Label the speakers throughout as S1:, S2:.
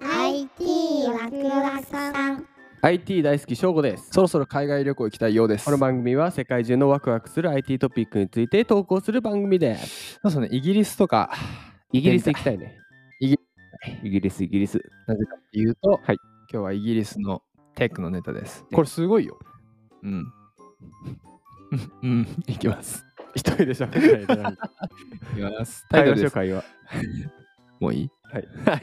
S1: IT ワクワクさん
S2: IT 大好き翔吾です
S3: そろそろ海外旅行行きたいようです。
S2: この番組は世界中のワクワクする IT トピックについて投稿する番組です
S3: そうですね、イギリスとか、
S2: イギリス行きたいね
S3: イギ
S2: イギリスイギリス
S3: なぜかっていうと、
S2: はい
S3: 今日はイギリスのテックのネタです。これすごいよ。うん。 うんうん、行きます。
S2: 一人でしゃべらないでなんか
S3: 行きます。タイ
S2: 会
S3: ト
S2: 話
S3: ル
S2: し
S3: で
S2: よう
S3: す。
S2: 会話
S3: もういい
S2: はい
S3: はい。今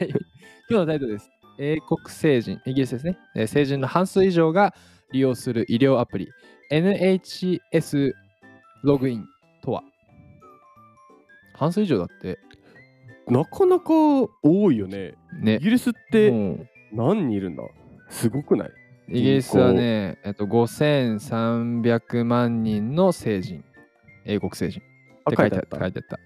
S3: 日のタイトルです。英国成人、イギリスですね。えー成人の半数以上が利用する医療アプリ、NHS ログインとは半数以上だって、
S2: なかなか多いよねイ
S3: ね。
S2: ギリスって
S3: もう
S2: 何人いるんだすごくない
S3: イギリスはね、えっと、5300万人の成人、英国成人。
S2: あ
S3: って
S2: 書
S3: 書
S2: い
S3: い
S2: て
S3: て
S2: あ
S3: あ
S2: っ
S3: ったた。書いてあっ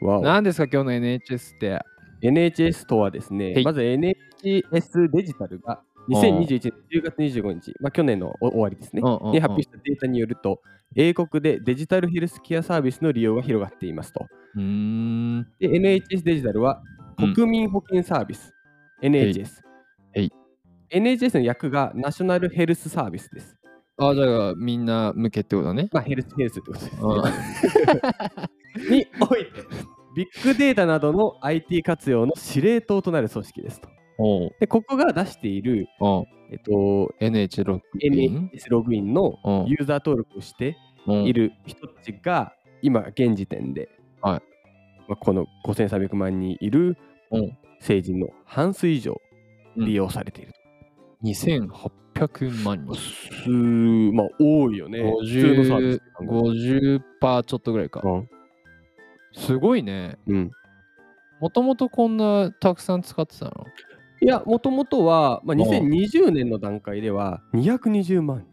S3: た。
S2: わお
S3: 何ですか、今日の NHS って。
S2: NHS とはですね、
S3: はい
S2: まず NHS デジタルが2021年10月25日、まあ、去年のお終わりですね、
S3: うんうんうん
S2: に発表したデータによると、英国でデジタルヘルスケアサービスの利用が広がっていますと。
S3: うーん。
S2: で NHS デジタルは
S3: うん
S2: 国民保険サービス、NHS
S3: へい。
S2: NHS の役がナショナルヘルスサービスです。
S3: あ、じゃあ、みんな向けってことね。
S2: まあ、ヘルスヘルスってことですね。
S3: う
S2: において、ビッグデータなどの IT 活用の司令塔となる組織ですと。
S3: ん。
S2: で、ここが出している、
S3: お
S2: えっと、
S3: NH ログイン
S2: NHS ログインの
S3: うん
S2: ユーザー登録をして
S3: うん
S2: いる人たちが今現時点で、
S3: はい
S2: まあ、この5300万人いる
S3: うん
S2: 成人の半数以上
S3: うん
S2: 利用されている、
S3: 2800万人。
S2: すまあ多いよね普通のサービスっ
S3: 50
S2: て考える
S3: 50%ちょっとぐらいか。
S2: と
S3: すごいね。
S2: うんうん
S3: もともとこんなたくさん使ってたの
S2: いやもともとは、まあ、
S3: うん
S2: 2020年の段階では220万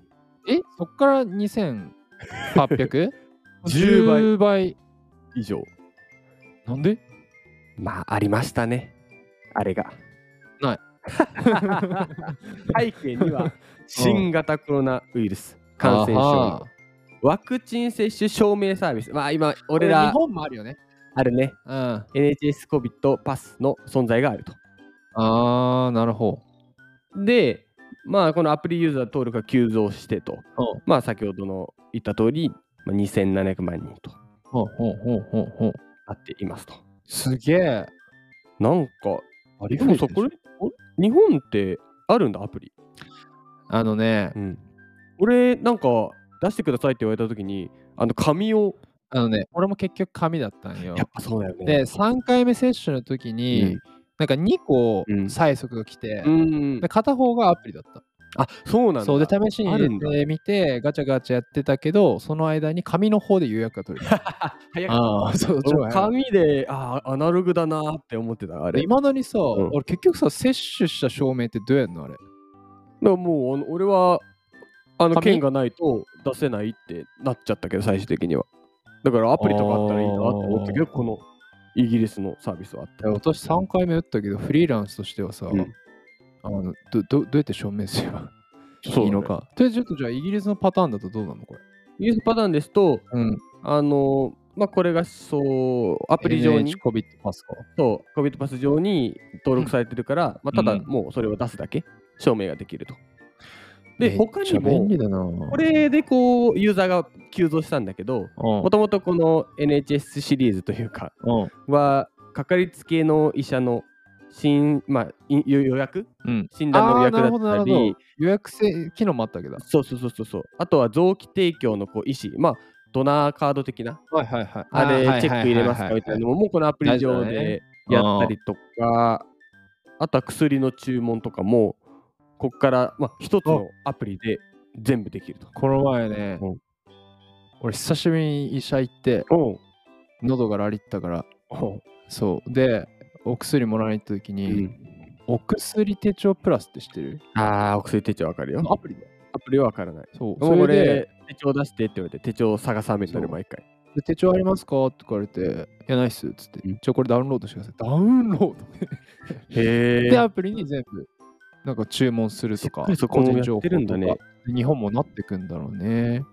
S3: えそっから 2800?10
S2: 10倍
S3: 倍。
S2: 以上
S3: なん で
S2: まあありましたねあれが
S3: ない
S2: 背景に は新型コロナウイルス感染症の
S3: あは
S2: ワクチン接種証明サービス。まあ今、俺
S3: これ日
S2: ら
S3: 本もあるよね。
S2: あるね。
S3: うん。あ
S2: NHS コビットパスの存在があると。
S3: あ、なるほ
S2: で、まあこのアプリユーザー登録が急増してと。
S3: うん
S2: まあ先ほどの言った通り、まあ、2700万人と
S3: ど。ほうほうほうほうほう。
S2: なっていますと。
S3: すげえ。
S2: なんか、
S3: あ
S2: でもさ、これ、お日本ってあるんだ、アプリ。
S3: あのね、
S2: うん。俺、なんか、出してくださいって言われたときに、あの、紙を。
S3: あのね、俺も結局紙だったんよ。
S2: ぱそうだよ
S3: で、3回目接種の時に、なんか2個
S2: うん
S3: 催促が来て、
S2: うん。うん
S3: で、片方がアプリだった。
S2: あ、そうなんだ。
S3: そうで試しに
S2: あるん
S3: 入
S2: だ
S3: れてみてガチャガチャやってたけどその間に紙の方で予約が取 れた
S2: 早かった
S3: ああ そう
S2: 俺
S3: 超早い
S2: 紙であーアナログだなーって思ってたあれ
S3: いまだにさ、
S2: ん
S3: 俺結局さ接種した証明ってどうやんのあれ
S2: だからもうあの俺はあの
S3: 紙
S2: 券がないと出せないってなっちゃったけど最終的にはだからアプリとかあったらいいなと思ったけど
S3: あー
S2: このイギリスのサービスはあって
S3: 私3回目打ったけどフリーランスとしてはさ、
S2: うん
S3: あのどどどうやって証明すれば
S2: そうだね
S3: いいのか、とりあえずちょっとじゃあイギリスのパターンだとどうなのこれ
S2: イギリスパターンですと
S3: うん
S2: あのまあこれがそうアプリ上に
S3: NH コビットパスか
S2: そう COVID パス上に登録されてるから、まあ、ただ
S3: うん
S2: もうそれを出すだけ証明ができるとで
S3: めっ
S2: 他
S3: ち
S2: に
S3: ゃ便
S2: も
S3: 利だな
S2: これでこうユーザーが急増したんだけど、
S3: うん
S2: もともとこの NHS シリーズというか
S3: うん
S2: はかかりつけの医者の診、まあ、い予予約
S3: うん
S2: 診断の予約
S3: あーな
S2: だ
S3: るほどな
S2: った
S3: るほ
S2: り
S3: ど予約制機能もあったわけだ
S2: そうそうそうそうそうあとは臓器提供のこう医師まあドナーカード的な
S3: はいはいはい
S2: あれ
S3: はいはい
S2: チェック入れますかみたいなのももうこのアプリ上
S3: 大事だね
S2: でやったりとかあとは薬の注文とかもここから、まあ、一つのアプリで全部できると。
S3: この前ね、
S2: うん
S3: 俺久しぶりに医者行って
S2: おう
S3: 喉がラリったから
S2: おう
S3: そうでお薬もらいに行った時に、お薬手帳プラスって知ってる
S2: ああお薬手帳わかるよ。
S3: アプリだ
S2: アプリはわからない。
S3: そう
S2: もう
S3: それ
S2: 俺
S3: で、
S2: 手帳出してって言われて、手帳探さめになる
S3: そう
S2: 毎回。
S3: で手帳ありますかって言われていやないっすっつって
S2: うん
S3: じゃあこれダウンロードしてくださいダウンロード
S2: へ
S3: でアプリに全部なんか注文すると
S2: しっ
S3: か
S2: かりそこ
S3: 個
S2: も
S3: 人
S2: や
S3: 情
S2: っ
S3: 報
S2: て
S3: と
S2: る
S3: か
S2: んだね
S3: 日本もなってくんだろうね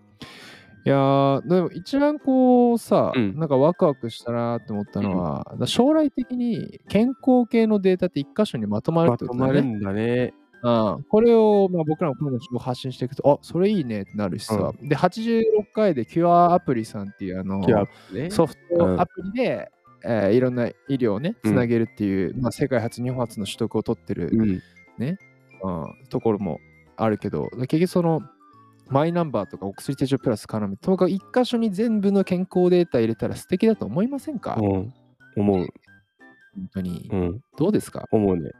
S3: いやーでも一番こうさ、
S2: うん
S3: なんかワクワクしたなって思ったのは、だから将来的に健康系のデータって一箇所にまとまるっ
S2: ま
S3: て
S2: と
S3: こと
S2: ま
S3: だ
S2: る
S3: ね。
S2: んだね。
S3: うん、これを、まあ、僕らもこの情報発信していくと、あそれいいねってなるしさ、で86回で Cure アプリさんっていうあの
S2: キュアね
S3: ソフ
S2: うん
S3: トアプリで、えーいろんな医療をね、
S2: うん
S3: つなげるっていう、まあ、世界初、日本初の取得を取ってる、
S2: うん。
S3: うんところもあるけど、結局その、マイナンバーとかお薬手帳プラス絡めて、ともかく一箇所に全部の健康データ入れたら素敵だと思いませんか、本
S2: うん思う。
S3: 当に。
S2: うん。
S3: どうですか
S2: 思うね。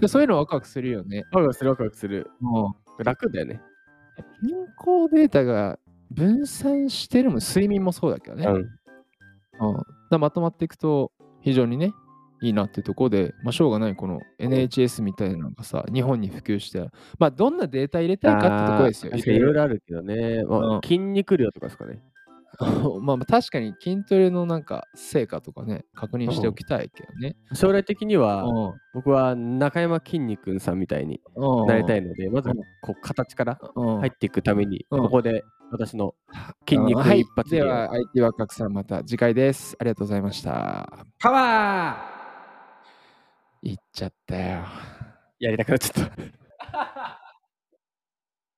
S3: でそういうのワクワクするよね。
S2: ワクワクするワクワクする。
S3: も
S2: 楽だよね。
S3: う健康データが分散してるもん睡眠もそうだけどね。
S2: うん。
S3: うん、だからまとまっていくと非常にねいいなってとこで、まあ、しょうがないこの NHS みたいなのがさ日本に普及してまあどんなデータ入れたいかってとこですよ
S2: あー確かにいろいろあるけどね。ま
S3: うん
S2: あ、筋肉量とかですかね。
S3: まあまあ確かに筋トレのなんか成果とかね確認しておきたいけどね、
S2: 将来的には、
S3: うん
S2: 僕は中山きんに君さんみたいに
S3: うん、
S2: なりたいので、まず
S3: うん
S2: こう形から
S3: うん、
S2: 入っていくために、
S3: うん
S2: ここで私の筋肉
S3: はい
S2: 一発
S3: で
S2: 芸を
S3: は IT ワクワクさんまた次回ですありがとうございました
S2: パワー
S3: いっちゃったよ
S2: やりたくなっちゃった。